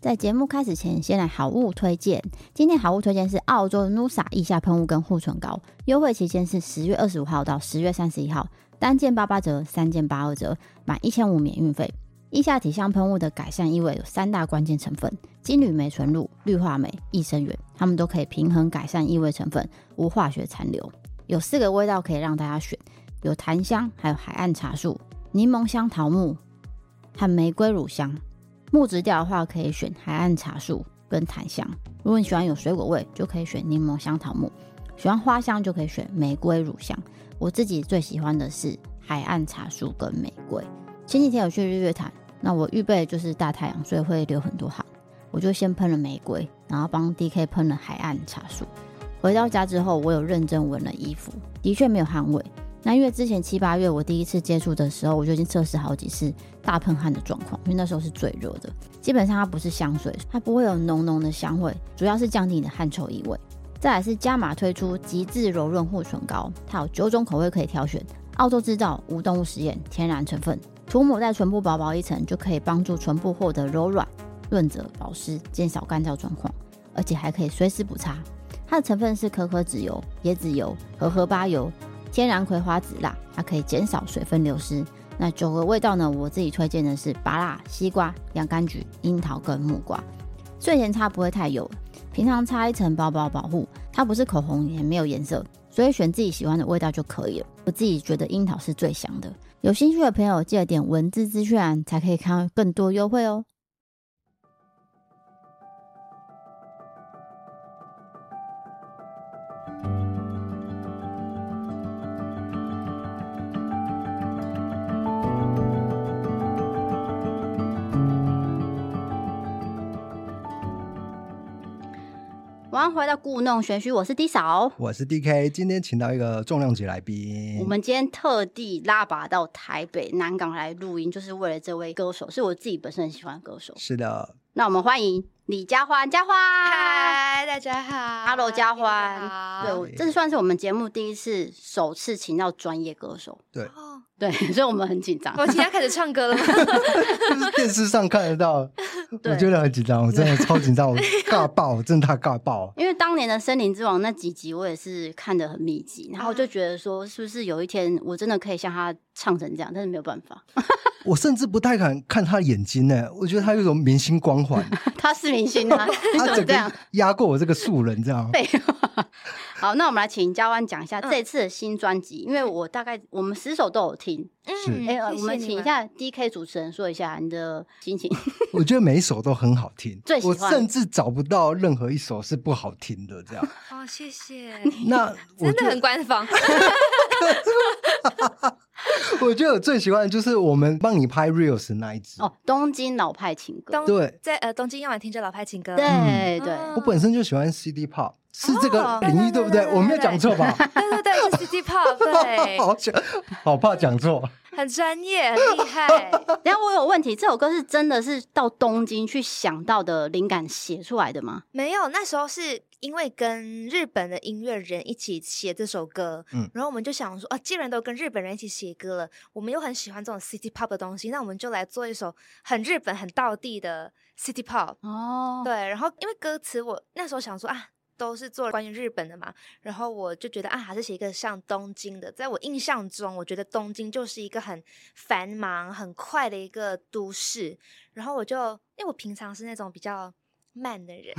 在节目开始前，先来好物推荐。今天好物推荐是澳洲的 Nusa 腋下喷雾跟护唇膏，优惠期间是十月二十五号到十月三十一号，单件八八折，三件八二折，满一千五免运费。腋下体香喷雾的改善异味有三大关键成分：金缕梅纯露、绿化酶、益生元，它们都可以平衡改善异味成分，无化学残留。有四个味道可以让大家选，有檀香，还有海岸茶树、柠檬香桃木和玫瑰乳香。木质调的话，可以选海岸茶树跟檀香。如果你喜欢有水果味，就可以选柠檬香桃木；喜欢花香就可以选玫瑰乳香。我自己最喜欢的是海岸茶树跟玫瑰。前几天有去日月潭，那我预备就是大太阳，所以会流很多汗，我就先喷了玫瑰，然后帮 DK 喷了海岸茶树。回到家之后，我有认真闻了衣服，的确没有汗味。那因为之前七八月我第一次接触的时候，我就已经测试好几次大喷汗的状况，因为那时候是最热的。基本上它不是香水，它不会有浓浓的香味，主要是降低你的汗臭异味。再来是加码推出极致柔润护唇膏，它有九种口味可以挑选，澳洲制造，无动物实验，天然成分，涂抹在唇部薄薄一层就可以帮助唇部获得柔软、润泽、保湿，减少干燥状况，而且还可以随时补擦。它的成分是可可脂油、椰子油和荷巴油、天然葵花籽蜡，它可以减少水分流失。那九个味道呢？我自己推荐的是芭辣、西瓜、洋甘菊、樱桃跟木瓜。睡前擦不会太油，平常擦一层薄薄保护，它不是口红，也没有颜色，所以选自己喜欢的味道就可以了。我自己觉得樱桃是最香的。有兴趣的朋友记得点文字资讯栏，才可以看到更多优惠哦。晚安，回到故弄玄虚，我是 D 嫂。我是 DK，今天请到一个重量级来宾，我们今天特地拉拔到台北南港来录音，就是为了这位歌手，是我自己本身很喜欢的歌手。是的，那我们欢迎李佳欢，佳欢，嗨，大家好 Hello，嘉欢你好对，我这算是我们节目第一次首次请到专业歌手，哦 对，所以我们很紧张。我今天开始唱歌了吗？ 电视上看得到，对我觉得很紧张，我真的超紧 张，我尬爆，真的大尬爆。因为当年的《森林之王》那几集，我也是看得很密集，然后就觉得说，是不是有一天我真的可以像他唱成这样？但是没有办法， 我甚至不太敢看他的眼睛呢，我觉得他有一种明星光环，他是明星 啊， 你他怎么整这样个？压过我这个素人，这 样。废话。好，那我们来请嘉湾讲一下嗯这次的新专辑，因为我大概我们十首都有听。是嗯，哎、呃谢谢我们你请一下 D K 主持人说一下你的心情。 我觉得每一首都很好听最，喜我欢甚至找不到任何一首是不好听的。 这样，哦，谢谢，那我觉真的得很官方。我觉得我最喜欢的就是我们帮你拍 reels 那一支。哦，东京老派情歌，东对， 在呃东京夜晚听着老派情歌，对对对，嗯我本身就喜欢 CD pop，是这个哦领域对不对？对对对对我没有讲错吧？对对，是 City Pop，对，好想，好怕讲错。很专业，很厉害。然后我有问题，这首歌是真的是到东京去想到的灵感写出来的吗？没有，那时候是因为跟日本的音乐人一起写这首歌，嗯然后我们就想说，啊，既然都跟日本人一起写歌了，我们又很喜欢这种 City Pop 的东西，那我们就来做一首很日本、很道地的 City Pop。哦，对，然后因为歌词我那时候想说啊，都是做关于日本的嘛，然后我就觉得啊，还是写一个像东京的。在我印象中，我觉得东京就是一个很繁忙、很快的一个都市。然后我就，因为我平常是那种比较慢的人，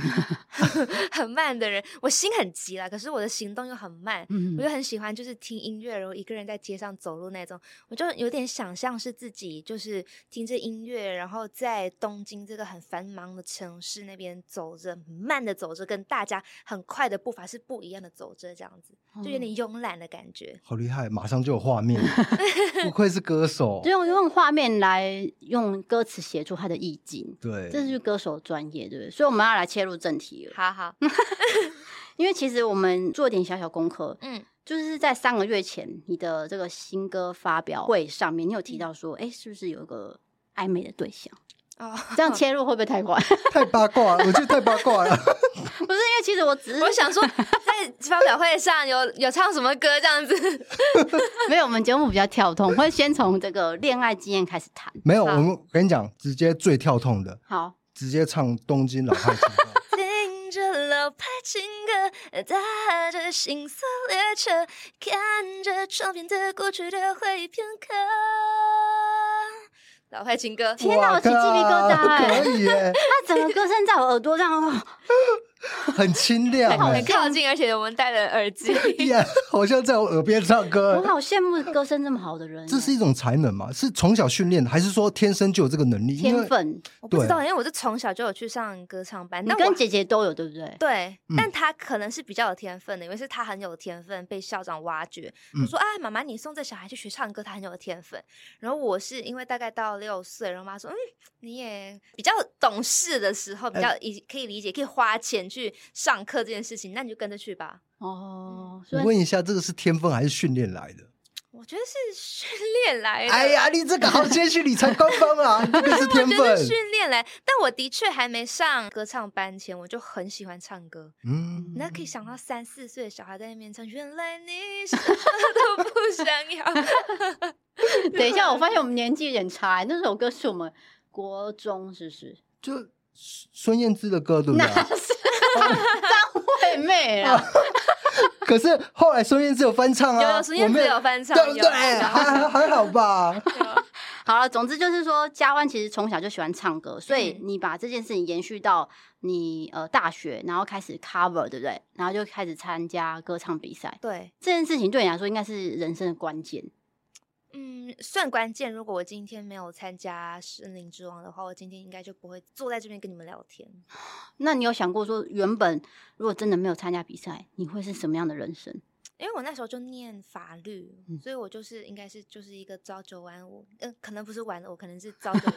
很慢的人，我心很急啦，可是我的行动又很慢。嗯我就很喜欢，就是听音乐，然后一个人在街上走路那种。我就有点想象是自己就是听着音乐，然后在东京这个很繁忙的城市那边走着，很慢的走着，跟大家很快的步伐是不一样的走着，这样子就哦嗯有点慵懒的感觉。好厉害，马上就有画面，不愧是歌手 就。用用画面来用歌词写出它的意境，这对，是歌手专业，对不对？所以我们要来切入正题了， 好好，因为其实我们做点小小功课，嗯，就是在三个月前你的这个新歌发表会上面，你有提到说，哎、是不是有一个暧昧的对象？哦， 这样切入会不会太快？ 太八卦了，我觉得太八卦了。不是，因为其实我只是我想说，在发表会上有有唱什么歌这样子？ 没有，我们节目比较跳痛，会先从这个恋爱经验开始谈。没有，好我们我跟你讲，直接最跳痛的好，直接唱东京老派情歌。听着老派情歌，搭着行色列车，看着窗边的过去的回片刻。老派情歌， 天哪哇我起鸡皮疙瘩靠哎可以耶，那整个歌声在我耳朵上， 哦 很清亮好哎很，靠近，而且我们戴了耳机。呀，好像在我耳边唱歌我。好羡慕歌声这么好的人哦耶，呃这是一种才能嘛？是从小训练的，还是说天生就有这个能力？因为天分。我不知对道，因为我是从小就有去上歌唱班，你但跟我姐姐都有对不对？对，嗯但他可能是比较有天分的，因为是他很有天分，被校长挖掘，就嗯说：“哎，妈妈，你送这小孩去学唱歌，他很有天分。”然后我是因为大概到六岁，然后妈说：“嗯，你也比较懂事的时哎候，比较以可以理解，可以花钱去上课这件事情，那你就跟着去吧。哦，所我以问一下，这个是天分还是训练来的？”我觉得是训练来的，哎呀，你这个好谦虚，你才官方 啊，你这个是天我觉得分是。训练来。但我的确还没上歌唱班前，我就很喜欢唱歌。嗯那可以想到三四岁的小孩在那边唱，原来你什么都不想要。 等一下，我发现我们年纪有点差欸，那首歌是我们国中，是不是？就孙孙燕姿的啊歌，对不 那对？是张惠妹啊， 可是后来孙燕姿有翻唱有啊，有孙燕我姿们有翻唱，对不对？有有还还好吧。好了，总之就是说，嘉湾其实从小就喜欢唱歌，所嗯以你把这件事情延续到你呃大学，然后开始 cover，对不对？然后就开始参加歌唱比赛， 对，这件事情对你来说应该是人生的关键。嗯，算关键。如果我今天没有参加《森林之王》的话，我今天应该就不会坐在这边跟你们聊天。那你有想过说，原本如果真的没有参加比赛，你会是什么样的人生？因为我那时候就念法律，嗯所以我就是应该是就是一个朝九晚五，嗯、可能不是晚我，可能是朝 九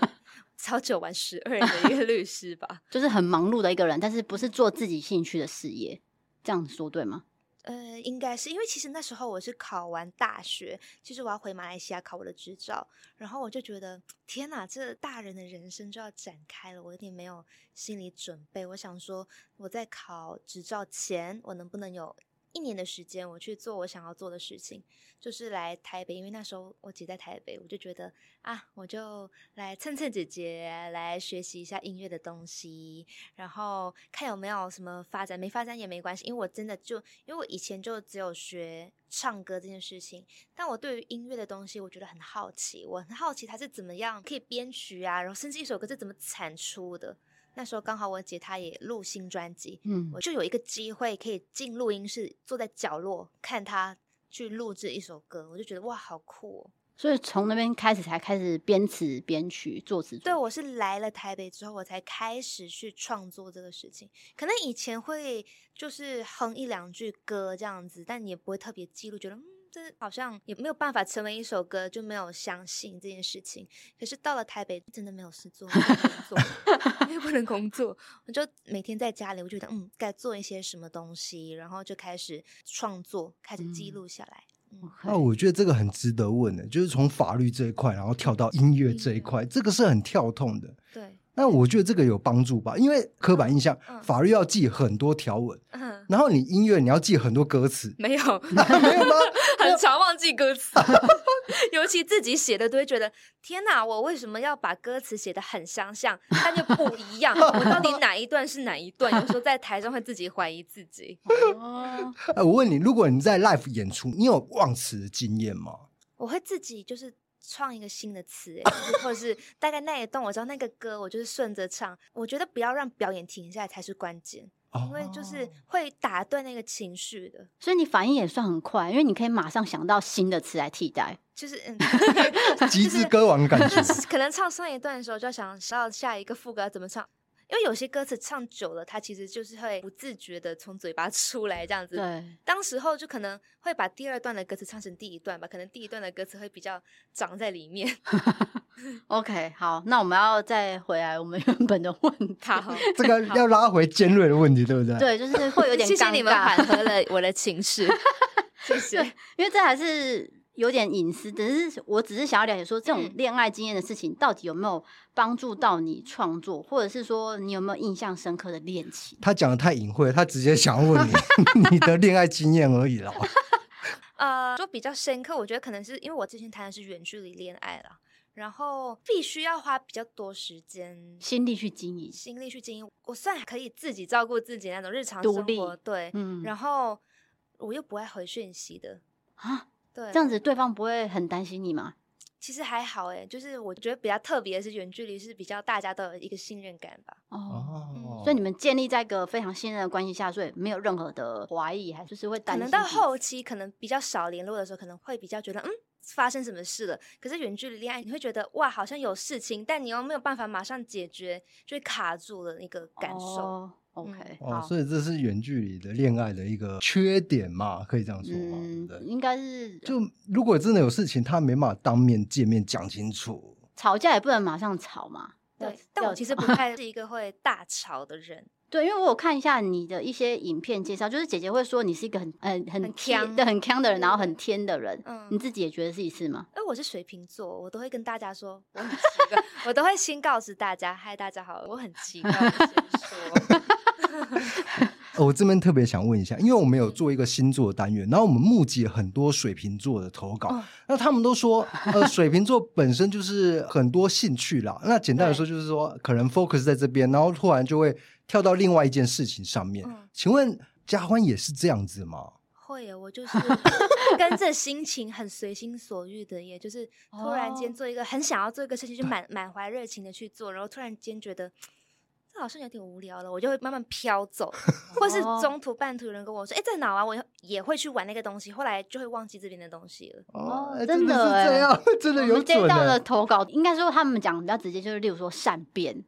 朝九晚十二的一个律师吧。就是很忙碌的一个人，但是不是做自己兴趣的事业，这样说对吗？呃，应该是因为其实那时候我是考完大学，其实我要回马来西亚考我的执照，然后我就觉得天哪，这大人的人生就要展开了，我有点没有心理准备。我想说，我在考执照前，我能不能有一年的时间，我去做我想要做的事情，就是来台北，因为那时候我姐在台北，我就觉得啊，我就来蹭蹭姐姐，来学习一下音乐的东西，然后看有没有什么发展，没发展也没关系，因为我真的就，因为我以前就只有学唱歌这件事情，但我对于音乐的东西，我觉得很好奇，我很好奇它是怎么样可以编曲啊，然后甚至一首歌是怎么产出的。那时候刚好我姐她也录新专辑，嗯我就有一个机会可以进录音室，坐在角落看她去录制一首歌，我就觉得哇，好酷哦！所以从那边开始才开始编词编曲作词作曲。对，我是来了台北之后，我才开始去创作这个事情。可能以前会就是哼一两句歌这样子，但你也不会特别记录，觉得嗯，这好像也没有办法成为一首歌，就没有相信这件事情。可是到了台北，真的没有事做，没有工作又不能工作，我就每天在家里，我就觉得嗯，该做一些什么东西，然后就开始创作，开始记嗯录下来。嗯 OK 那啊我觉得这个很值得问的，就是从法律这一块，然后跳到音乐这一嗯块，这个是很跳痛的。对， 那我觉得这个有帮助吧，因为刻板印象嗯，法律要记很多条文，嗯，，然后你音乐你要记很多歌词 没 有，没有吗？ 很常忘记歌词， 尤其自己写的都会觉得天哪，我为什么要把歌词写的很相像，但又不一样？我到底哪一段是哪一段？有时候在台上会自己怀疑自己。 哦，哎，我问你，如果你在 live 演出，你有忘词的经验吗？我会自己就是创一个新的词、欸，就是或者是大概那一段我知道那个歌，我就是顺着唱。我觉得不要让表演停下来才是关键，因为就是哦会打断那个情绪的。所以你反应也算很快，因为你可以马上想到新的词来替代。就是嗯， 极致歌王的感 觉就。是 可能唱上一段的时候，就要想到下一个副歌要怎么唱，因为有些歌词唱久了，它其实就是会不自觉的从嘴巴出来这样子。对，当时候就可能会把第二段的歌词唱成第一段吧，可能第一段的歌词会比较长在里面。 OK，好，那我们要再回来我们原本的问题。好，这个要拉回尖锐的问题，对不对？。对，就是会有点谢尴谢尬，你们缓 和了我的情绪，谢谢。因为这还是有点隐私。只是我只是想要了解说，这种嗯恋爱经验的事情到底有没有帮助到你创作，或者是说你有没有印象深刻的恋情？他讲的太隐晦，他直接想要 问你你的恋爱经验而已啦。呃，说比较深刻，我觉得可能是因为我之前谈的是远距离恋爱啦，然后必须要花比较多时间心力去经营，心力去经营。我算可以自己照顾自己那种日常生独立活，对，嗯，然后我又不爱回讯息的，啊，对，这样子对方不会很担心你吗？其实还好哎，就是我觉得比较特别的是远距离是比较大家都有一个信任感吧。哦，哦，所以你们建立在一个非常信任的关系下，所以没有任何的怀疑，还就是会担可心能到彼此后期，可能比较少联络的时候，可能会比较觉得嗯，发生什么事了。可是远距离恋爱，你会觉得哇，好像有事情，但你又没有办法马上解决，就会卡住了那个感受。嗯哦 OK，哦，好，所以这是远距离的恋爱的一个缺点嘛，可以这样说嘛，对不嗯，对？应该是就如果真的有事情，他没办法当面见面讲清楚，吵架也不能马上吵嘛。要对，但要我其实吵不太是一个会大吵的人，对，因为我有看一下你的一些影片介绍，就是姐姐会说你是一个很很很很天强对很强的人，然后很对天的人，嗯你自己也觉得自己是吗？呃因为我是水瓶座，我都会跟大家说我 很奇怪，我都会先告诉大家，嗨，大家好，我很奇怪，我先说。 呃，我这边特别想问一下，因为我们有做一个星座的单元，然后我们募集了很多水瓶座的投稿，哦那他们都说，呃，水瓶座本身就是很多兴趣啦。那简单来说，就是说可能 focus 在这边，然后突然就会跳到另外一件事情上面。嗯请问嘉欢也是这样子哦吗？会耶，我就是 跟着心情很随心所欲的耶，就是突然间哦做一个、很想要做一个事情，就对满满怀热情的去做，然后突然间觉得这好像有点无聊了，我就会慢慢飘 走，或是哦中途半途有人跟我说：“哎、在哪玩？”我也会去玩那个东西，后来就会忘记这边的东西了。哦哎真真的是哎这样， 真的我有们接准、到欸的。投稿，应该说他们讲比较直接，就是例如说善变，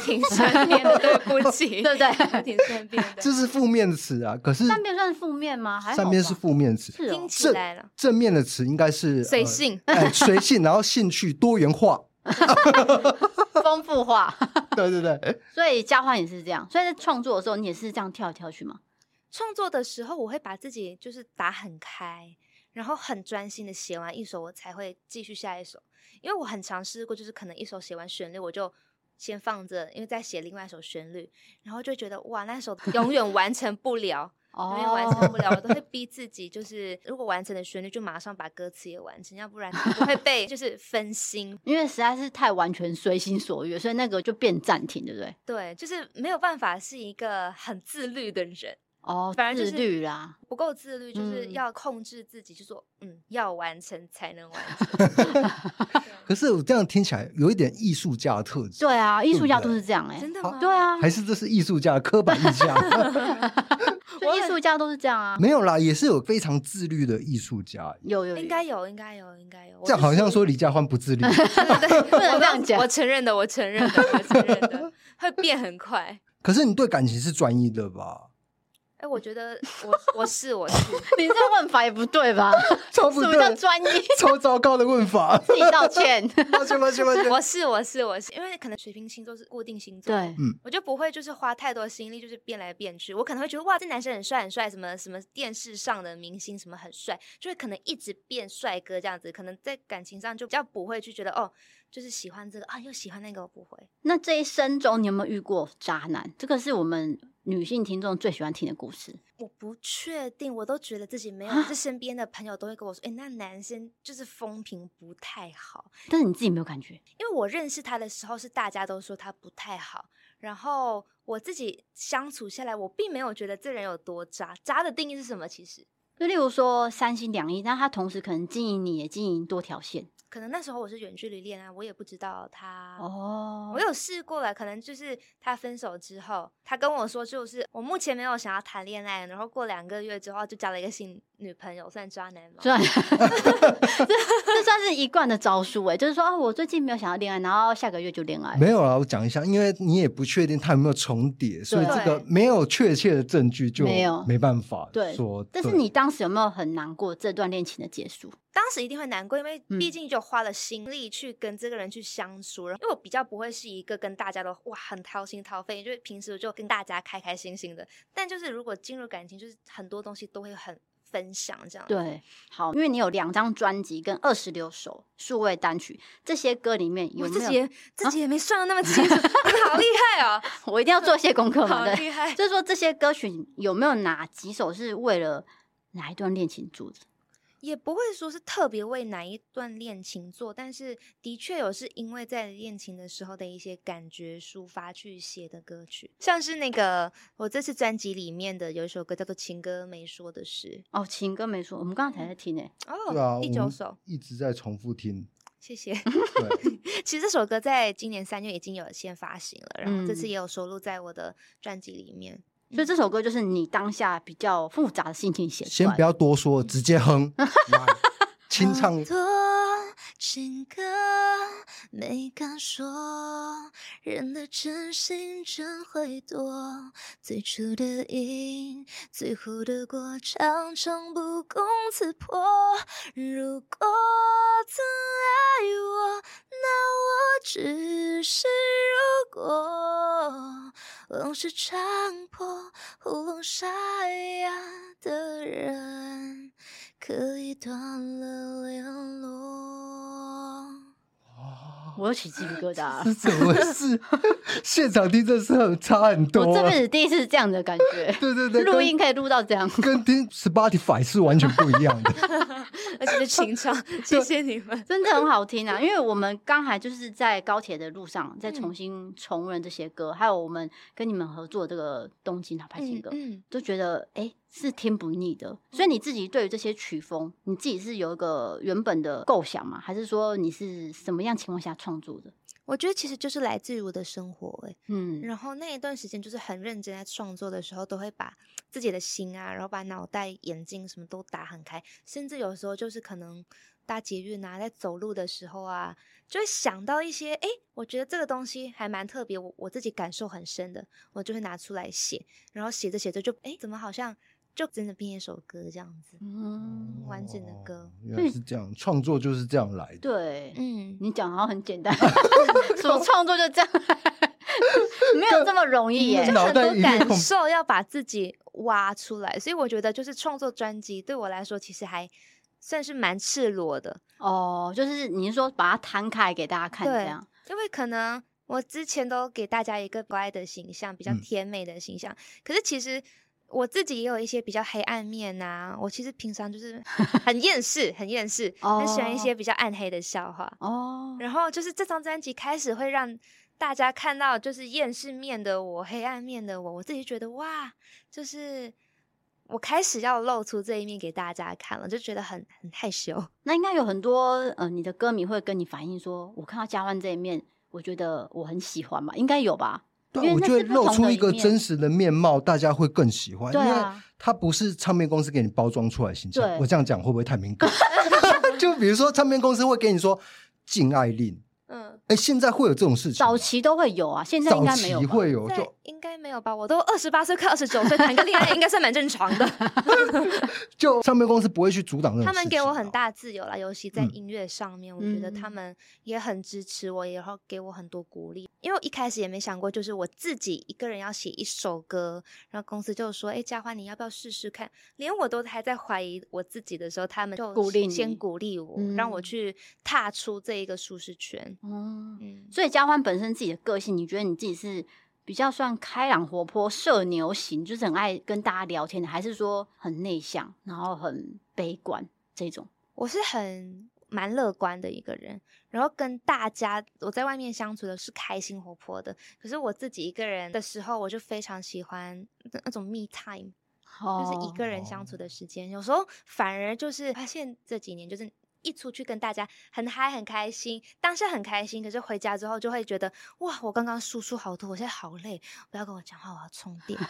挺善变的， 对不起，对不对？挺善变的这，是负面词啊，可是善变算是负面吗？还好上面是吧负面词，是哦听起来了。正面的词应该是随性，呃哎随性，然后兴趣多元化。 丰富 化，对对对，所以交换也是这样。所以在创作的时候，你也是这样跳来跳去嘛？创作的时候，我会把自己就是打很开，然后很专心的写完一首，我才会继续下一首。因为我很尝试过，就是可能一首写完旋律，我就先放着，因为再写另外一首旋律，然后就会觉得哇，那首永远完成不了，哦永远完 成不了。我都会逼自己，就是如果完成了旋律，就马上把歌词也完成，要不然我会被就是分心。因为实在是太完全随心所欲，所以那个就变暂停，对不对？对，就是没有办法是一个很自律的人。哦，反而就是自律啦，不够自律，就是嗯要控制自己，就说嗯，要完成才能完成。可是我这样听起来有一点艺术家的特质，对啊，艺术家对不都是这样哎、真的好吗？对，啊，还是这是艺术家的刻板 印象？就艺术家都是这样啊，没有啦，也是有非常自律的艺术家。有有有应该有，应该有，应该有。这样好像我是属于说李佳欢不自律，对对对，不能这样讲我承认的，我承认的，我承认 的，会变很快。可是你对感情是专一的吧？哎，我觉得我我是我是， 你这个问法也不对吧？超 什不么叫对，专一？超糟糕的 问法。自己道歉。抱歉抱歉抱歉。我是我是我是，因为可能水瓶星座是固定星座，对，我就不会就是花太多心力，就是变来变去。我可能会觉得哇，这男生很帅很帅，什么什么电视上的明星什么很帅，就会可能一直变帅哥这样子。可能在感情上就比较不会去觉得哦，就是喜欢这个啊，又喜欢那个，我不会。那这一生中你有没有遇过渣男？这个是我们女性听众最喜欢听的故事。我不确定，我都觉得自己没有啊。这身边的朋友都会跟我说，哎、那男生就是风评不太好。但是你自己没有感觉，因为我认识他的时候是大家都说他不太好，然后我自己相处下来，我并没有觉得这人有多渣。渣的定义是什么？其实就例如说三心两意，但他同时可能经营你也经营多条线可能那时候我是远距离恋爱，我也不知道他。哦我有试过了，可能就是他分手之后，他跟我说，就是我目前没有想要谈恋爱，然后过两个月之后就交了一个新女朋友，算渣男吗？算， 这这算是一贯的招数哎，就是说啊，我最近没有想要恋爱，然后下个月就恋爱。 没有啦，我讲一下，因为你也不确定他有没有重叠，所以这个没有确切的证据就没有没办法对说。但是对你当时有没有很难过这段恋情的结束？当时一定会难过，因为嗯毕竟就花了心力去跟这个人去相处，然后因为我比较不会是一个跟大家都哇很掏心掏肺，就是平时我就跟大家开开心心的，但就是如果进入感情，就是很多东西都会很分享这样。，对，好，因为你有两张专辑跟二十六首数位单曲，这些歌里面有我没自己有？啊也自己也没算的那么清楚， 我好厉害哦， 我一定要做一些功课嘛，好对，厉害。就是说这些歌曲有没有哪几首是为了哪一段恋情做的？也不会说是特别为哪一段恋情做，但是的确有是因为在恋情的时候的一些感觉抒发去写的歌曲，像是那个我这次专辑里面的有一首歌叫做《情歌没说的事哦，情歌没说，我们刚才在听诶，》对啊，哦，我第九们首，一直在重复听，谢谢。 对， 其实这首歌在今年三月已经有先发行了，然后这次嗯也有收录在我的专辑里面。所以这首歌就是你当下比较复杂的心情写出先来不的。要多说，直 接哼，来清唱多情歌没敢说，人的真心真会躲。最初的因，最后的果，常常不攻自破。如果曾爱我，那我只是如果。往事唱破喉咙沙哑的人。可以断了联络。 我又起鸡皮疙瘩啊了哦 ，是怎么回 事？现场听这是很差很多、啊，。我这辈子第一次这样的感觉 对对对，录跟音可以录到这样，跟听 Spotify 是完全不一样的。而且是情场， 谢谢你们。真的很好听啊！因为我们刚才就是在高铁的路上，再嗯重新重温这些歌，还有我们跟你们合作这个东京老牌情歌，嗯，都觉得哎、诶是听不腻的。所以你自己对于这些曲风，你自己是有一个原本的构想吗？还是说你是什么样情况下创作的？我觉得其实就是来自于我的生活、欸，嗯，然后那一段时间就是很认真在创作的时候，都会把自己的心啊，然后把脑袋、眼睛什么都打很开，甚至有时候就是可能搭捷运啊，在走路的时候啊，就会想到一些，诶，我觉得这个东西还蛮特别，我我自己感受很深的，我就会拿出来写，然后写着写着就，诶，怎么好像就真的变一首歌这样子。 嗯，完整的歌哦，原来是这样，创作就是这样来的。对，嗯，你讲好像很简单， 什么创作就这样， 没有这么容易耶、脑很袋多一片感空受要把自己挖出来，所以我觉得就是创作专辑对我来说其实还算是蛮赤裸的，哦，就是你是说把它摊开给大家看这对样？因为可能我之前都给大家一个乖的形象，比较嗯甜美的形象，可是其实。我自己也有一些比较黑暗面呐、我其实平常就是很厌世，很厌世，很喜欢一哦些比较暗黑的笑话。哦，然后就是这张专辑开始会让大家看到，就是厌世面的我、黑暗面的我，我自己觉得哇，就是我开始要露出这一面给大家看了，就觉得很很害羞。那应该有很多呃，你的歌迷会跟你反映说，我看到嘉万这一面，我觉得我很喜欢嘛，应该有吧？因对，为我那觉得是不露同出的一一个面真实的面貌，大家会更喜欢，对因为啊它不是唱片公司给你包装出来的形象对。我这样讲会不会太敏 感？ 就比如说，唱片公司会给你说禁爱令，嗯，哎，现在会有这种事情吗，早期都会有啊，现在应早该没有期吧。会有，在就应该没有吧？我都二十八岁，快二十九岁，谈个恋爱应该算蛮正常的。就唱片公司不会去阻挡这种事情啊。他们给我很大自由啦，尤其在嗯音乐上面，我觉得他嗯们也很支持我，然后给我很多鼓励。因为我一开始也没想过，就是我自己一个人要写一首歌，然后公司就说：“哎，佳欢，你要不要试试看？”连我都还在怀疑我自己的时候，他们就鼓励你先鼓励我，让我嗯去踏出这一个舒适圈。嗯，嗯，所以嘉欢本身自己的个性，你觉得你自己是比较算开朗活泼、社牛型，就是很爱跟大家聊天的，还是说很内向，然后很悲观这种？我是很蛮乐观的一个人，然后跟大家我在外面相处的是开心活泼的，可是我自己一个人的时候，我就非常喜欢那那种 me time，就是一哦个人相处的时间。有时候反而就是发现这几年就是。一出去跟大家很嗨很开心，当下很开心，可是回家之后就会觉得哇，我刚刚输出好多，我现在好累，不要跟我讲话，我要充电。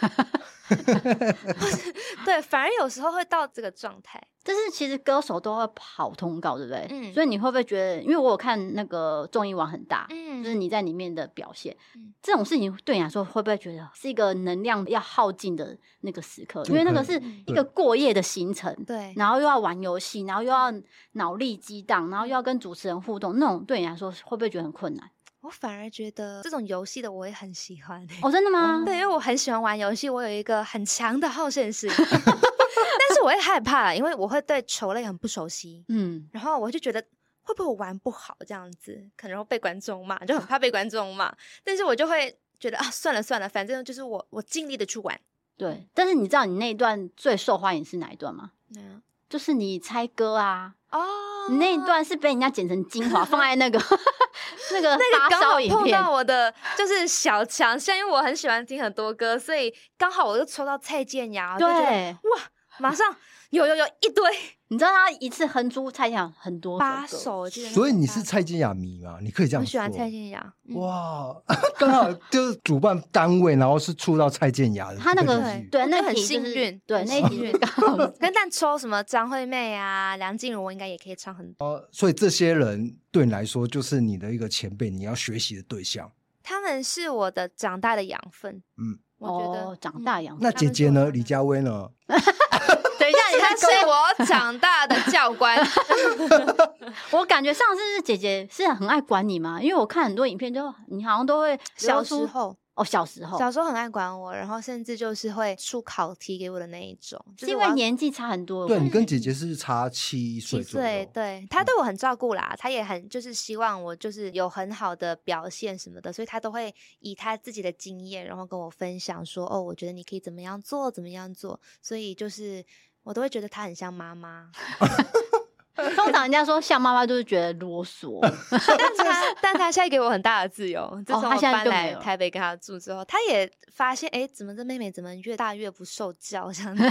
对，反而有时候会到这个状态。但是其实歌手都会跑通告，对不对？嗯所以你会不会觉得，因为我有看那个综艺网很大，嗯就是你在里面的表现，嗯这种事情对你来说会不会觉得是一个能量要耗尽的那个时刻？就因为那个很是嗯一个过夜的行程，对，然后又要玩游戏，然后又要脑力激荡，然后又嗯要跟主持人互动，那种对你来说会不会觉得很困难？我反而觉得这种游戏的我也很喜欢、欸。哦，真的吗？对，因为我很喜欢玩游戏，我有一个很强的好胜心， 但是我会害怕啦，因为我会对球类很不熟悉，嗯，然后我就觉得会不会我玩不好这样子，可能会被观众骂，就很怕被观众骂，但是我就会觉得啊，算了算了，反正就是我我尽力的去玩。对。但是你知道你那一段最受欢迎是哪一段吗？嗯，就是你猜歌啊，哦，你那一段是被人家剪成精华， 放在那 个那个那个发刚好烧影碰片到。我的就是小强项，因为我很喜欢听很多歌，所以刚好我就抽到蔡健雅，啊我就觉得对，哇，马上有有有一堆你知道他一次横珠蔡想很多八歌首，我记得那所以个你八是首蔡健雅迷吗？你可以这样我说。喜欢蔡健雅，嗯哇，刚好就是主办单位，然后是出到蔡健雅的他那这个领域对我觉那得很题就是幸运对很那幸题运是刚 好跟但抽什么张惠妹啊、梁静茹，我应该也可以唱很多。所以这些人对你来说就是你的一个前辈，你要学习的对象。他们是我的长大的养分，嗯，我觉得、哦长嗯大养。那他姐们姐是呢？我李的佳薇呢？等一 下，你他看是是我长大的教官，我，我感觉上次是姐姐是很爱管你吗？因为我看很多影片就，你好像都会小流出时候。哦，小时候小时候很爱管我，然后甚至就是会出考题给我的那一种，就是是因我为要年纪差很多。对你跟 嗯姐姐是差七岁七左岁右，，对嗯他对我很照顾啦，他也很就是希望我就是有很好的表现什么的，所以他都会以他自己的经验，然后跟我分享说，哦，我觉得你可以怎么样做，怎么样做，所以就是我都会觉得他很像妈妈， 通常人家说像妈妈就是觉得啰 嗦，但他但他现在给我很大的自由，自哦从他我现在搬就没来有台北跟他住之后，他也发现，哎，怎么这妹妹怎么越大越不受教，这样子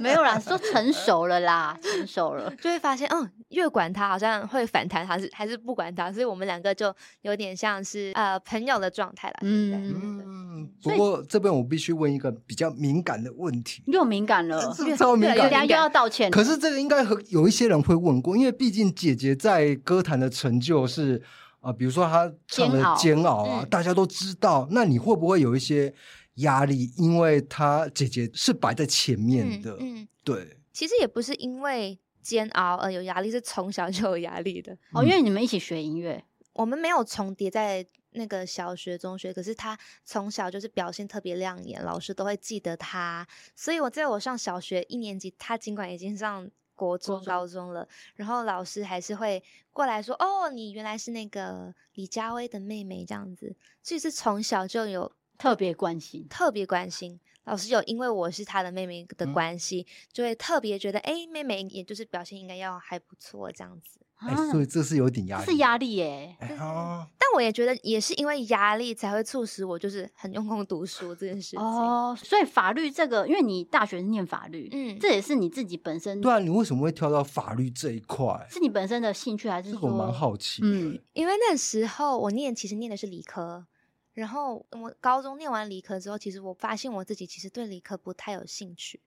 没有啦，说成熟了啦，成熟了。就会发现，嗯，越管他好像会反弹，还是还是不管他，所以我们两个就有点像是呃朋友的状态了。现在对对对嗯。不所以过这边我必须问一个比较敏感的问题，又敏感了，是超敏等越来感越下的。又要道歉了。可是这个应该和有一些人会问过，因为毕竟姐姐在歌坛的成就是啊、呃比如说她唱的煎熬《煎熬》啊，嗯大家都知道。那你会不会有一些压力？因为她姐姐是摆在前面的，嗯嗯，对，其实也不是因为煎熬而有压力，是从小就有压力的。哦，因为你们一起学音乐，我们没有重叠在那个小学、中学，可是他从小就是表现特别亮眼，老师都会记得他。所以我在我上小学一年级，他尽管已经上。国中、中高中了，然后老师还是会过来说：“哦，你原来是那个李佳薇的妹妹，这样子。”所以是从小就有特别关心。特别关心。老师有因为我是他的妹妹的嗯关系，就会特别觉得，哎、妹妹也就是表现应该要还不错这样子。哎、啊所以这是有点压这力，是压力耶、哎啊。但我也觉得也是因为压力才会促使我就是很用功读书这件事情。哦，所以法律这个，因为你大学是念法律，嗯这也是你自己本身，对啊，你为什么会跳到法律这一块？是你本身的兴趣还是这说？个我蛮好奇的。嗯，因为那时候我念其实念的是理科，然后我高中念完理科之后，其实我发现我自己其实对理科不太有兴趣。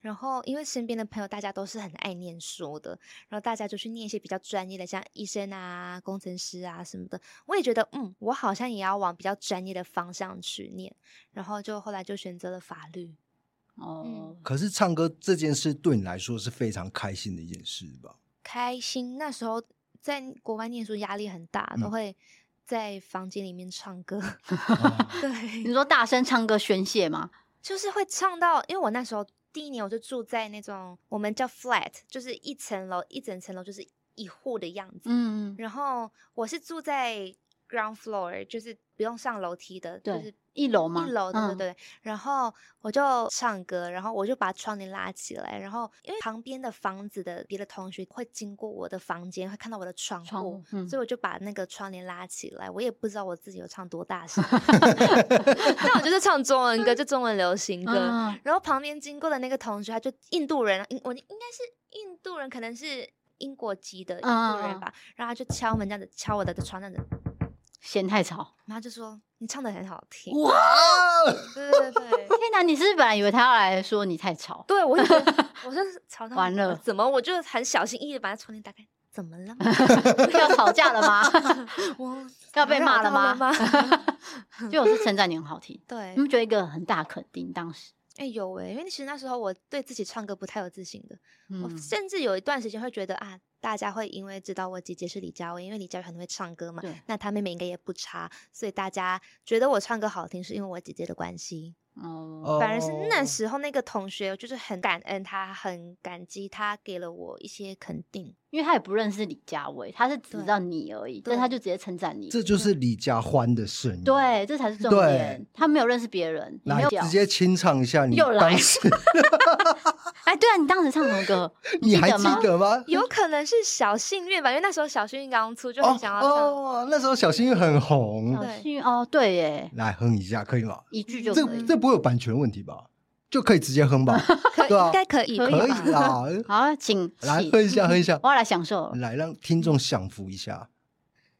然后因为身边的朋友大家都是很爱念书的，然后大家就去念一些比较专业的，像医生啊、工程师啊什么的。我也觉得，嗯，我好像也要往比较专业的方向去念。然后就后来就选择了法律。哦，可是唱歌这件事对你来说是非常开心的一件事 吧？开心。那时候在国外念书压力很大，都嗯会在房间里面唱歌。啊你对，说大声唱歌宣泄吗？ 就是会唱到，因为我那时候第一年我就住在那种我们叫 flat，就是一层楼一整层楼就是一户的样子。嗯，然后我是住在 ground floor，就是不用上楼梯的，就对是一楼吗一楼，对对嗯对。然后我就唱歌，然后我就把窗帘拉起来，然后因为旁边的房子的别的同学会经过我的房间，会看到我的窗户，窗户嗯所以我就把那个窗帘拉起来。我也不知道我自己有唱多 大声， 但我就是唱中文歌，就中文流行歌。嗯然后旁边经过的那个同学，他就印度人，印我应该是印度人，可能是英国籍的印度嗯嗯人嗯吧。然后他就敲门这样子，敲我的床这样子，嫌太吵。。然后就说你唱的很好听。哇！对对对对 天哪，你是不是本来以为他要来说你太 吵？对，我就觉 得我说吵到完你了怎么我就很小心翼翼的把他窗帘打开，怎么了吗？ 要吵架了吗？ 我要被骂了吗？打扰到了吗 就我是称赞你很好 听，对，你们觉得一个很大肯定？当时，哎、有哎、因为其实那时候我对自己唱歌不太有自信的，我嗯，甚至有一段时间会觉得啊，大家会因为知道我姐姐是李佳薇，因为李佳薇很会唱歌嘛对，那她妹妹应该也不差，所以大家觉得我唱歌好听是因为我姐姐的关系。哦，哦反而是那时候那个同学就是很感恩她，很感激她给了我一些肯定。因为他也不认识李佳薇，他是只知道你而已，对但他就直接称赞你。这就是李佳欢的声音。，对，这才是重对点。他没有认识别人，你没来有直接清唱一下你又来 当时，哎，对啊，你当时唱什么歌？ 你还记吗？得吗？有可能是小幸运吧，因为那时候小幸运刚出，就哦很想要唱。哦，那时候小幸运很红，小幸运哦，对耶，来哼一下可以吗？一句就这可以。这不会有版权问题吧？就可以直接哼吧？可对啊应该可以 吧，可以可吧以啦， 好，请来起，哼一下，哼一下，嗯我要来享受了。来让听众享福一下。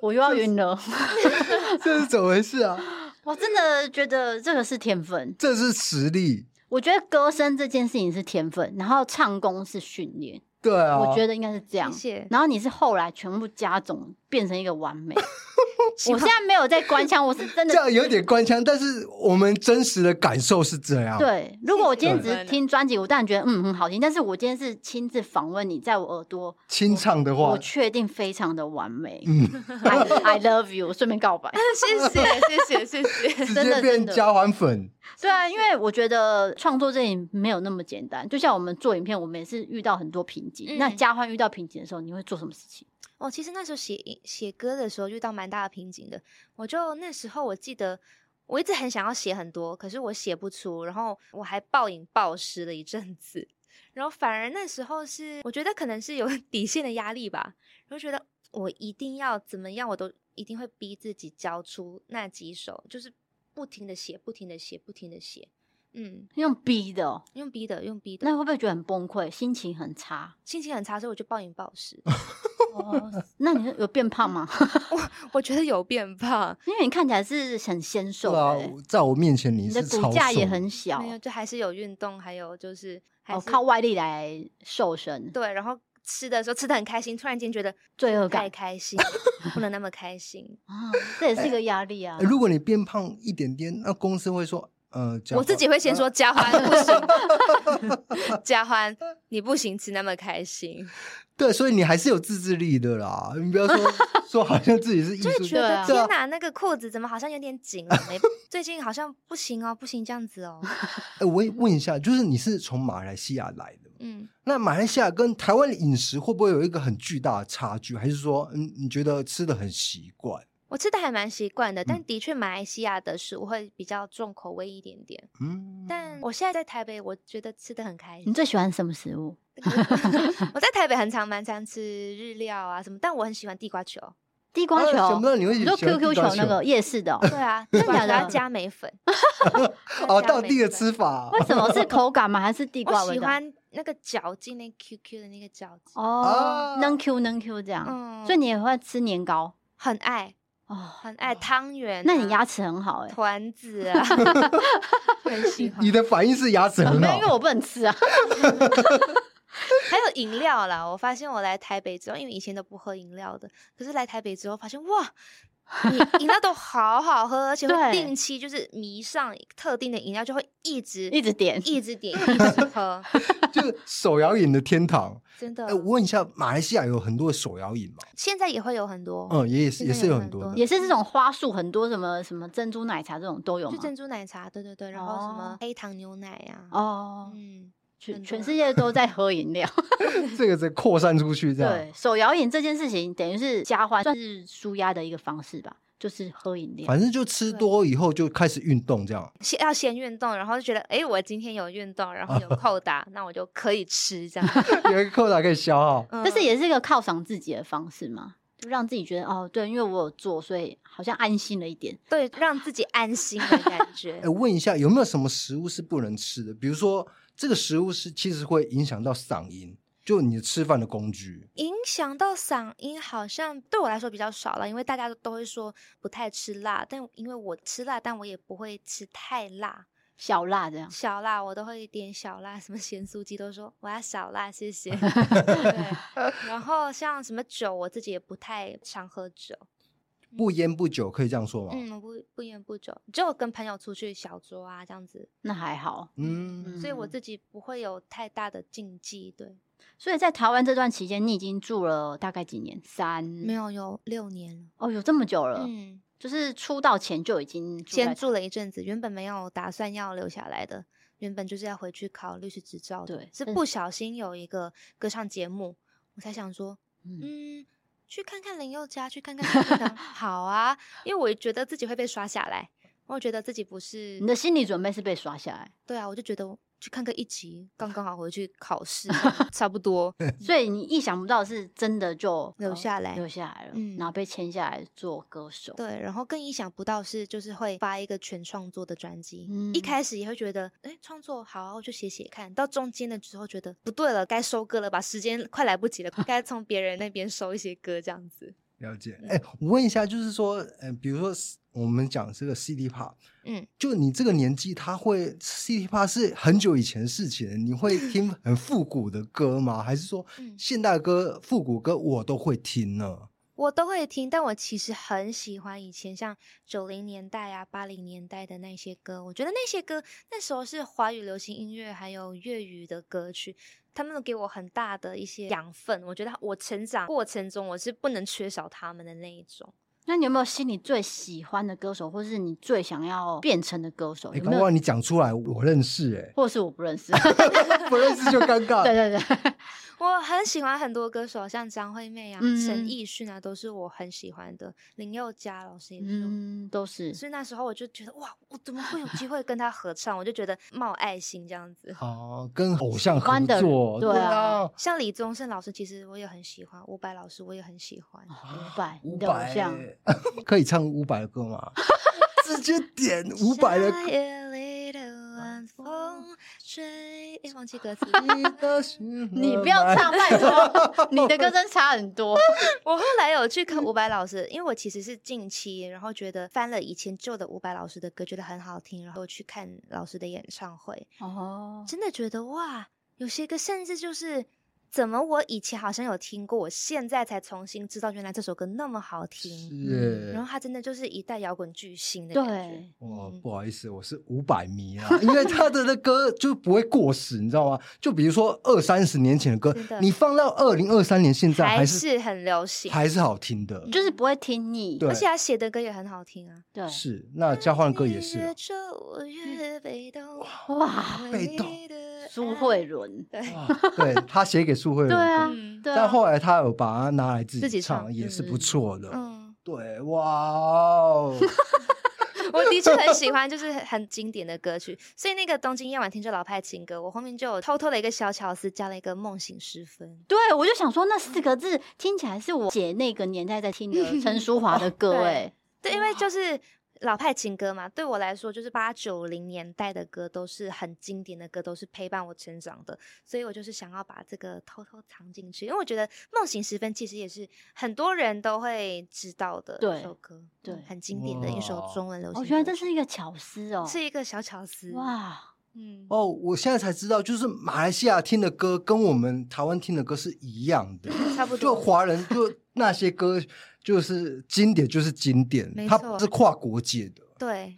我又要晕 了，这是怎么回事啊？我真的觉得这个是天分。这是实力，我觉得歌声这件事情是天分，然后唱功是训练，对啊。我觉得应该是这样。谢然后你是后来全部加总变成一个完 美。我现在没有在官腔，我是真这的样有点官腔，但是我们真实的感受是这样。，对。如果我今天对只是听专辑，我当然觉得嗯很好听，但是我今天是亲自访问你，在我耳朵，清唱的话我，确定非常的完美。嗯， I I love you，顺便告白。 谢谢，谢谢，谢谢。直真的接变真的加欢粉。对啊，因为我觉得创作这里没有那么简单，就像我们做影片，我们也是遇到很多瓶颈。那嗯嘉欢遇到瓶颈的时候，你会做什么事情？哦，其实那时候写写歌的时候遇到蛮大的瓶颈的。我就那时候我记得，我一直很想要写很多，可是我写不出，然后我还暴饮暴食了一阵子。然后反而那时候是，我觉得可能是有底线的压力吧，然后觉得我一定要怎么样，我都一定会逼自己交出那几首，就是不停的写，不停的写，不停的写。嗯，用逼的、哦，用逼的，用逼的，那会不会觉得很崩溃，心情很 差？心情很差，所以我就暴饮暴食。 哦，那你有变胖吗？ 我觉得有变胖，因为你看起来是很纤对瘦的、啊，欸我在我面前你你是的超骨架也瘦很小没，有，就还是有运动，还有就是还哦，是靠外力来瘦身，对，然后吃的时候吃的很开心，突然间觉得罪恶感太开心了，不能那么 开心。啊，这也是一个压力啊。哎呃如果你变胖一点点，那公司会说，呃，嘉我自欢己会先说嘉欢不行，嗯 嘉欢你不行，吃那么 开心，对，所以你还是有自制力的啦。你不要说说好像自己是艺就是术觉家，对得啊天哪，那个裤子怎么好像有点紧了？ 没，最近好像不行哦，不行这样子哦，哎，我也问一下，就是你是从马来西亚来的吗，嗯。那马来西亚跟台湾的饮食会不会有一个很巨大的差距？还是说，嗯，你觉得吃的很习惯？我吃的还蛮习惯的，但嗯的确马来西亚的食物会比较重口味一点点。嗯，但我现在在台北，我觉得吃的很开心你。最喜欢什么食物？我在台北很常蛮常吃日料啊什么，但我很喜欢地瓜 球。地瓜啊球，想不到你会你说喜欢地 QQ 瓜球那球个夜市的哦、对啊，地瓜假球要的加梅粉。哦，要加到梅地的粉吃 法为什么是口感吗？还是地瓜我味喜道？欢那个嚼劲，那 QQ 的那个嚼劲，哦啊，能 Q 能 Q 这样，嗯所以你也会吃年糕很爱哦。很爱汤圆啊、那你牙齿很好哎、团子 啊，很喜欢 你。的反应是牙齿很哦没有，好因为，我不能吃啊。 还有饮料啦，我发现我来台北之后，因为以前都不喝饮料的，可是来台北之后发现哇。你饮料都好好喝，而且对会定期就是迷上特定的饮料，就会一直一直点一直点，一 直喝，就是手摇饮的天堂。真的。哎，我问一下，马来西亚有很多的手摇饮吗？现在也会有很多，哦嗯，也也是哦现也在是有有很很多多的。也是这种花束，很多什么什么珍珠奶茶这种都有就吗？珍珠奶茶，对对对，然后什哦么黑糖牛奶呀、啊，哦，嗯，全很多全世界都在喝饮 料。这个在扩散出去，这样对，。手摇饮这件事情等于是加欢，算是舒压的一个方式吧，就是喝饮料。反正就吃对多以后就开始运动，这样。先要先运动，然后就觉得，诶，我今天有运动，然后有扣打，那我就可以吃这样。有一个扣打可以消耗。嗯 但是也是一个犒赏自己的方式嘛，就让自己觉得哦，对，因为我有做，所以好像安心了一点。对，让自己安心的感觉哎，。问一下有没有什么食物是不能吃的？比如说这个食物是其实会影响到嗓音，就你吃饭的工具。影响到嗓音好像对我来说比较少了，因为大家都会说不太吃辣，但因为我吃辣，但我也不会吃太辣，小辣这样。小辣，我都会点小辣，什么咸酥鸡都说我要小辣，谢谢。对，然后像什么酒，我自己也不太常喝酒，不烟不酒，可以这样哦说吗？嗯，我不不烟不酒，只有跟朋友出去小酌啊这样子，那还好，嗯，所以我嗯自己不会有太大的禁忌。对，所以在台湾这段期间，你已经住了大概几年？三没有有六年哦，有这么久了，了，嗯，就是出道前就已经住在先住了一阵子，原本没有打算要留下来的，原本就是要回去考律师执照的，对嗯是但不小心有一个歌唱节目，我才想说，嗯嗯，去看看林宥嘉，去看看萧敬腾 好啊，因为我觉得自己会被刷下来，我觉得自己不是你，的心理准备是被刷下来，对啊，我就觉得去看个一集，刚刚好回去考 试差不 多，所以你意想不到是真的就嗯留呃下来留下来了，嗯然后被签下来做歌手。对，然后更意想不到是，就是会发一个全创作的专辑。一嗯开始也会觉得，哎，创作好啊，我就写写看。到中间的时候觉得不对了，该收割了吧，时间快来不 及了，该从别人那边收一些歌这样子。了解。哎、我问一下，就是说，嗯、比如说我们讲这个 CD p o 嗯，就你这个年纪，他会 CD p o 是很久以前的事情，你会听很复古的歌吗？还是说嗯现代歌、复古歌我都会听呢？我都会听，但我其实很喜欢以前像九零年代啊、八零年代的那些歌。我觉得那些歌那时候是华语流行音乐还有粤语的歌曲，他们给我很大的一些养分。我觉得我成长过程中我是不能缺少他们的那一种。那你有没有心里最喜欢的歌手，或是你最想要变成的歌手？哎、有刚没刚有？你讲出来，我认识、 哎或是我不认 识？不认识就尴尬。对 对对，我很喜欢很多歌手，像张惠妹啊、陈嗯奕迅啊，都是我很喜欢的。林宥嘉老师也是我。嗯，都是。所以那时候我就觉得哇，我怎么会有机会跟他合唱？我就觉得冒爱心这样子。哦，跟偶像合欢的人作，对啊，像李宗盛老师，其实我也很喜欢；伍佰老师，我也很喜欢。啊伍佰，哦你伍的偶像，佰可以唱伍佰的歌吗？ 直接点伍佰的歌。啊哦夏夜里的晚风吹，哎，忘记 歌词。 你不要唱，拜 托，你的歌真差很 多。我后来有去看伍佰老师，因为我其实是近期，然后觉得翻了以前旧的伍佰老师的歌，觉得很好听，然后去看老师的演唱会，哦，真的觉得哇，有些歌甚至就是怎么我以前好像有听过，我现在才重新知道原来这首歌那么好听。嗯是然后他真的就是一代摇滚巨星的感觉。对，哇嗯，不好意思，我是伍佰迷啊，因为他的那歌就不会过时，你知道吗？就比如说二三十年前的歌真的，你放到二零二三年现在还还是很流行还是好听的。就是不会听腻。对而且他写的歌也很好听啊。对，是，那交换歌也是越啊。走我越被动。哇，为被动 你的苏爱慧伦，对，哇对他写给素慧对伦的啊歌，，嗯对啊，但后来他有把它拿来自自己己唱唱，也是嗯不错的。嗯，对，哇哦，我的确很喜欢，就是很经典的歌曲。所以那个《东京夜晚听着老派情歌》，我后面就有偷偷的一个小巧思，加了一个梦醒时分。对我就想说那四个字听起来是我姐那个年代在听的陈淑华的 歌，对哎，对，因为就是老派情歌嘛，对我来说，就是八九零年代的歌都是很经典的歌，都是陪伴我成长的。所以我就是想要把这个偷偷藏进去，因为我觉得梦醒时分其实也是很多人都会知道的对一首歌，嗯对很经典的一首哇中文流行歌哦，曲。原来这是一个巧思哦，是一个小巧思，哇，嗯，哦，我现在才知道，就是马来西亚听的歌跟我们台湾听的歌是一样 的，差不就多。华人就那些歌就是经典就是经典没，它错不是跨国界 的。对，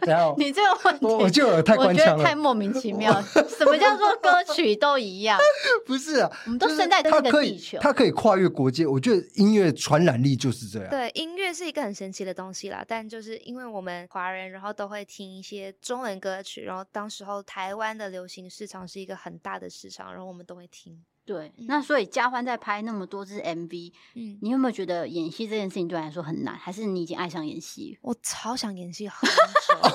然 后你这个问题，我我就有太我官觉腔得太了，莫名其妙了。什么叫做歌曲都一样？ 不是啊，我们就都是生在这它个可地以球，它可以跨越国界。我觉得音乐传染力就是这样。对，音乐是一个很神奇的东西啦，但就是因为我们华人，然后都会听一些中文歌曲，然后当时候台湾的流行市场是一个很大的市场，然后我们都会听。对。嗯那所以嘉欢在拍那么多支 MV，嗯，你有没有觉得演戏这件事情对你来说很难，还是你已经爱上演戏？我超想演戏很久，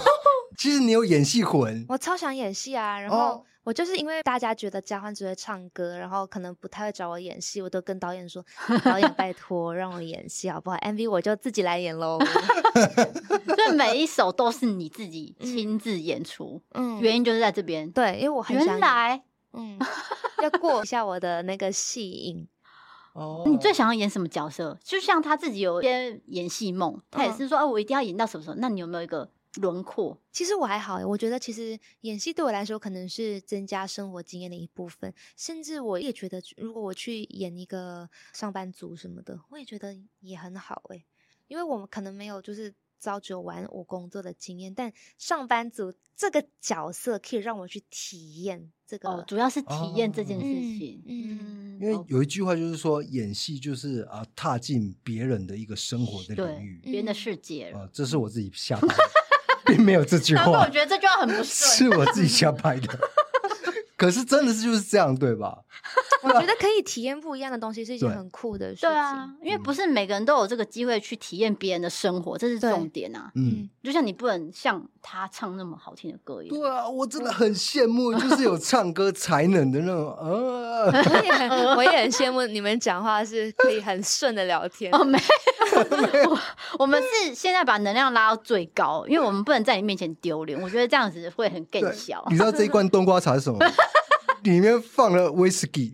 其实你有演戏魂，我超想演戏啊！然哦后我就是因为大家觉得嘉欢只会唱歌，然后可能不太会找我演戏，我都跟 导演说：“导演，拜托让我演戏好不好？MV 我就自己来演 喽。 所以每一首都是你自己嗯亲自演出，”嗯，原因就是在这边。对，因为我很想原演来嗯，要过一下我的那个戏瘾。哦你最想要演什么角色？就像他自己有一些演戏梦，他也嗯是说，哦，我一定要演到什么时候？那你有没有一个轮廓？其实我还好欸，我觉得其实演戏对我来说可能是增加生活经验的一部分，甚至我也觉得，如果我去演一个上班族什么的，我也觉得也很好诶、因为我们可能没有就是朝九晚五工作的经验，但上班族这个角色可以让我去体验这个哦，主要是体验这件哦事嗯情。嗯嗯，因为哦有一句话就是说，演戏就是啊，踏进别人的一个生活的领域别人的嗯世界了啊，，这是我自己瞎掰的，并没有这 句难怪话我，觉得这句话 很不顺。是我自己瞎掰的。可是真的是就是这样，对吧？我觉得可以体验不一样的东西是一件对很酷的事情。对啊，因嗯为不是每个人都有这个机会去体验别人的生活，这是对重点啊。嗯，就像你不能像他唱那么好听的歌一样，对啊，我真的很羡慕，就是有唱歌才能的那种，呃，我也很我也 很羡慕你们讲话是可以很顺的聊天。哦，没有，我 我们是现在把能量拉到最高，因为我们不能在你面前丢脸，我觉得这样子会很更对小。你知道这一罐冬瓜茶 是什么吗？里面放了威士忌，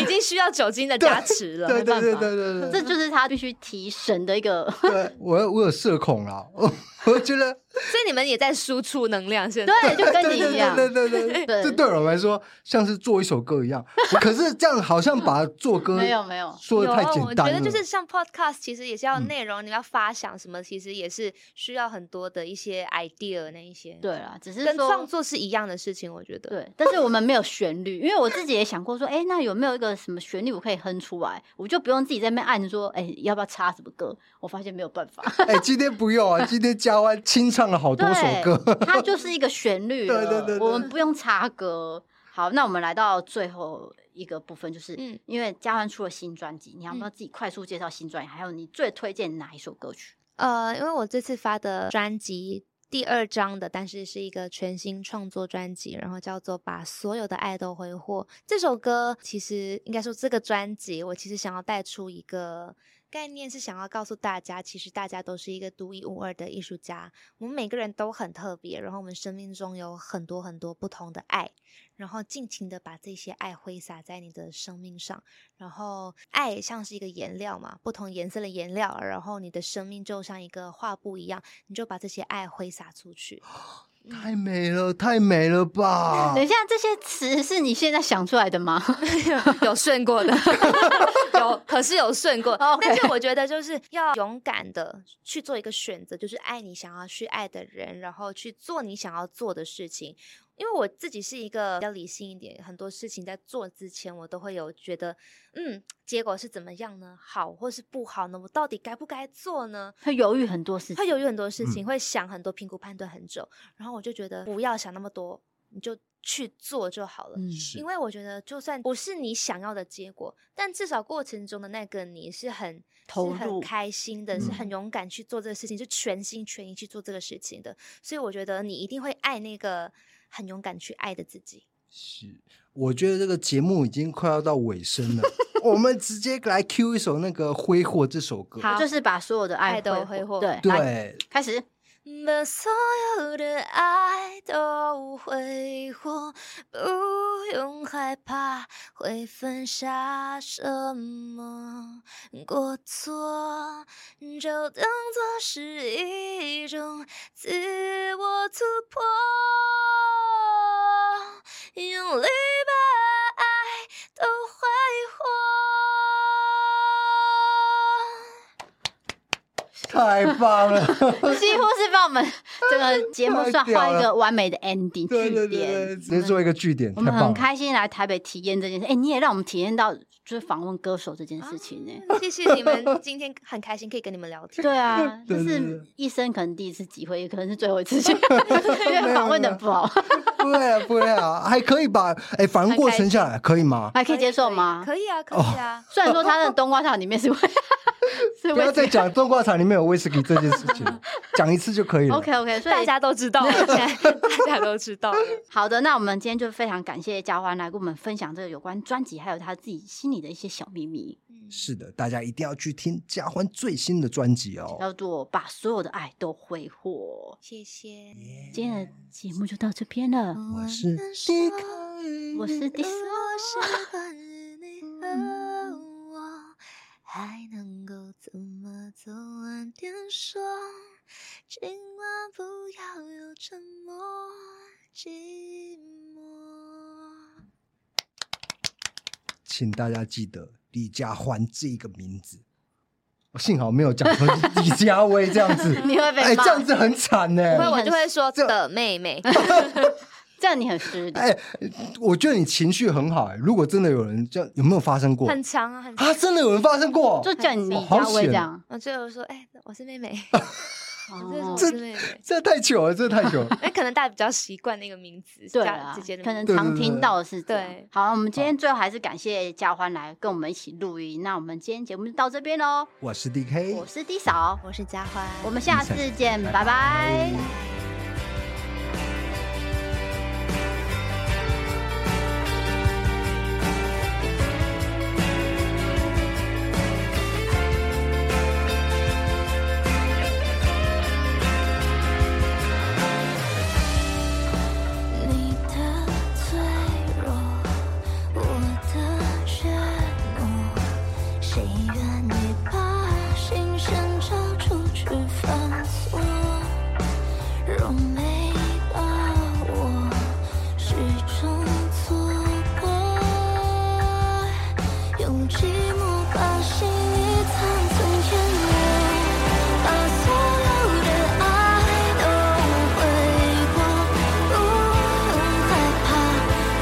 已经需要酒精的加持了。对对对办法对对对，这就是他必须提神的一个，对我我有社恐啦， 我我觉得所以你们也在输出能量，现在 对，就跟对你一对样，对对对对，对这对我来说像是做一首歌一样，可是这样好像把做歌 没有没有说的太有，啊我简觉单得了，就是像 podcast，其实也是要嗯内容，你们要发想什么，其实也是需要很多的一些 idea 那一些。，对啦，只是跟创说。作是一样的事情，我觉得。，对，但是我们没有旋律，因为我自己也想过说，哎、那有没有一个什么旋律我可以哼出来，我就不用自己在那边按说，哎、要不要插什么歌？我发现没有办法，哎，今天不用啊，今天嘉欢清唱了好多首歌，它就是一个旋律了，对对对对我们不用插歌。好，那我们来到最后一个部分，就是、嗯因为嘉欢出了新专辑，你要不要嗯自己快速介绍新专辑？还有你最推荐哪一首歌曲？呃，因为我这次发的专辑第二张的，但是是一个全新创作专辑，然后叫做《把所有的爱都挥霍》。这首歌其实应该说这个专辑，我其实想要带出一个。概念是想要告诉大家，其实大家都是一个独一无二的艺术家，我们每个人都很特别，然后我们生命中有很多很多不同的爱，然后尽情的把这些爱挥洒在你的生命上。然后爱像是一个颜料嘛，不同颜色的颜料，然后你的生命就像一个画布一样，你就把这些爱挥洒出去。太美了，太美了吧 等！一下，这些词是你现在想出来的吗？有顺过的， 有可是有顺过 OK 但是我觉得就是要勇敢的去做一个选择，就是爱你想要去爱的人，然后去做你想要做的事情。因为我自己是一个比较理性一点，很多事情在做之前，我都会有觉得，嗯，结果是怎么样呢？好或是不好呢？我到底该不该做呢？会犹豫很多事情，会犹豫很多事嗯情，会想很多，评估判断很久。然后我就觉得不要想那么多，你就去做就好了。嗯，是因为我觉得，就算不是你想要的结果，但至少过程中的那个你是很投是很入开心的，是很嗯勇敢去做这个事情，是全心全意去做这个事情的。所以我觉得你一定会爱那个很勇敢去爱的自己。我觉得这个节目已经快要到尾声了， 我们直接来 Q 一首那个《挥霍》这首歌。好就是把所有的爱爱都挥挥霍，霍对来对，开始，把所有的爱都挥霍，不用害怕会犯下什么过错，就当作是一种自我突破。用力把爱都挥霍。太 棒了！几乎是把我们这个节目算太屌画了一个完美的 ending 对对句对对，点。直接做一个据点，我太们棒很了！开心来台北体验这件事，哎、你也让我们体验到就是访问歌手这件事情呢、啊谢谢你们，今天很开心可以跟你们聊天。对啊，对这对是对一生可能第一次机会，也可能是最后一次机 会，因为访问的不好，不会啊，不会啊，还可以吧？哎，反正过程下来可以吗？还可以接受吗？可以啊，可以哦啊。虽然说他的冬瓜套里面是会 是不要会 再讲冬瓜茶里面有威士忌这件事情，讲一次就可以了。 OK OK，所大以家都知道 了，现在大家都知道了。好的，那我们今天就非常感谢嘉欢来跟我们分享这个有关专辑，还有他自己心里的一些小秘密，是的，大家一定要去听嘉欢最新的专辑哦。叫做把所有的爱都挥霍。谢谢。今天的节目就到这边了，我是迪卡尔我是第四。我是关于你和我还能够怎么总晚点说？今晚不要有沉默，寂寞。请大家记得李佳欢这个名字。哦幸好没有讲成李佳薇这样子， 你会被骂、哎，这样子很惨呢、不会，你我很就会说这的妹妹。这样你很失礼。哎、我觉得你情绪很好、哎。如果真的有人这样，有没有发生过？很长啊，很长。啊，真的有人发生过？就叫你哦李好佳薇险这样，我最后说，哎、我是妹妹，我是哦我是妹妹。这太糗了，这太糗了。 哎，可能大家比较习惯那个名字，对家啦姐姐的可名能字对常对听对到的是这样对好，我们今天最后还是感谢嘉欢来跟我们一起录音。那我们今天节目就到这边喽，我是 DK，我是 D 嫂，我是佳欢，我们下次见，拜拜拜拜你的脆弱，我的怯懦，谁愿意把心声交出去反锁？若没把握，始终错过，用寂寞把心意层层淹没。把所有的爱都挥霍，不用害怕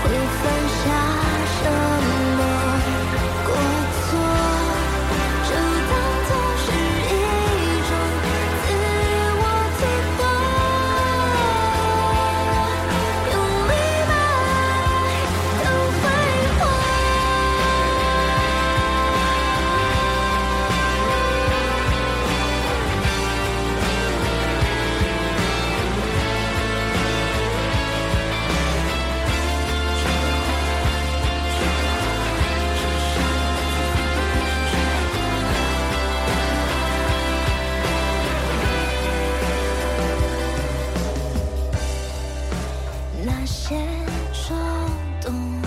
会犯下什么过错，就当作是一种自我提高，用力把爱都挥霍。那些冲动，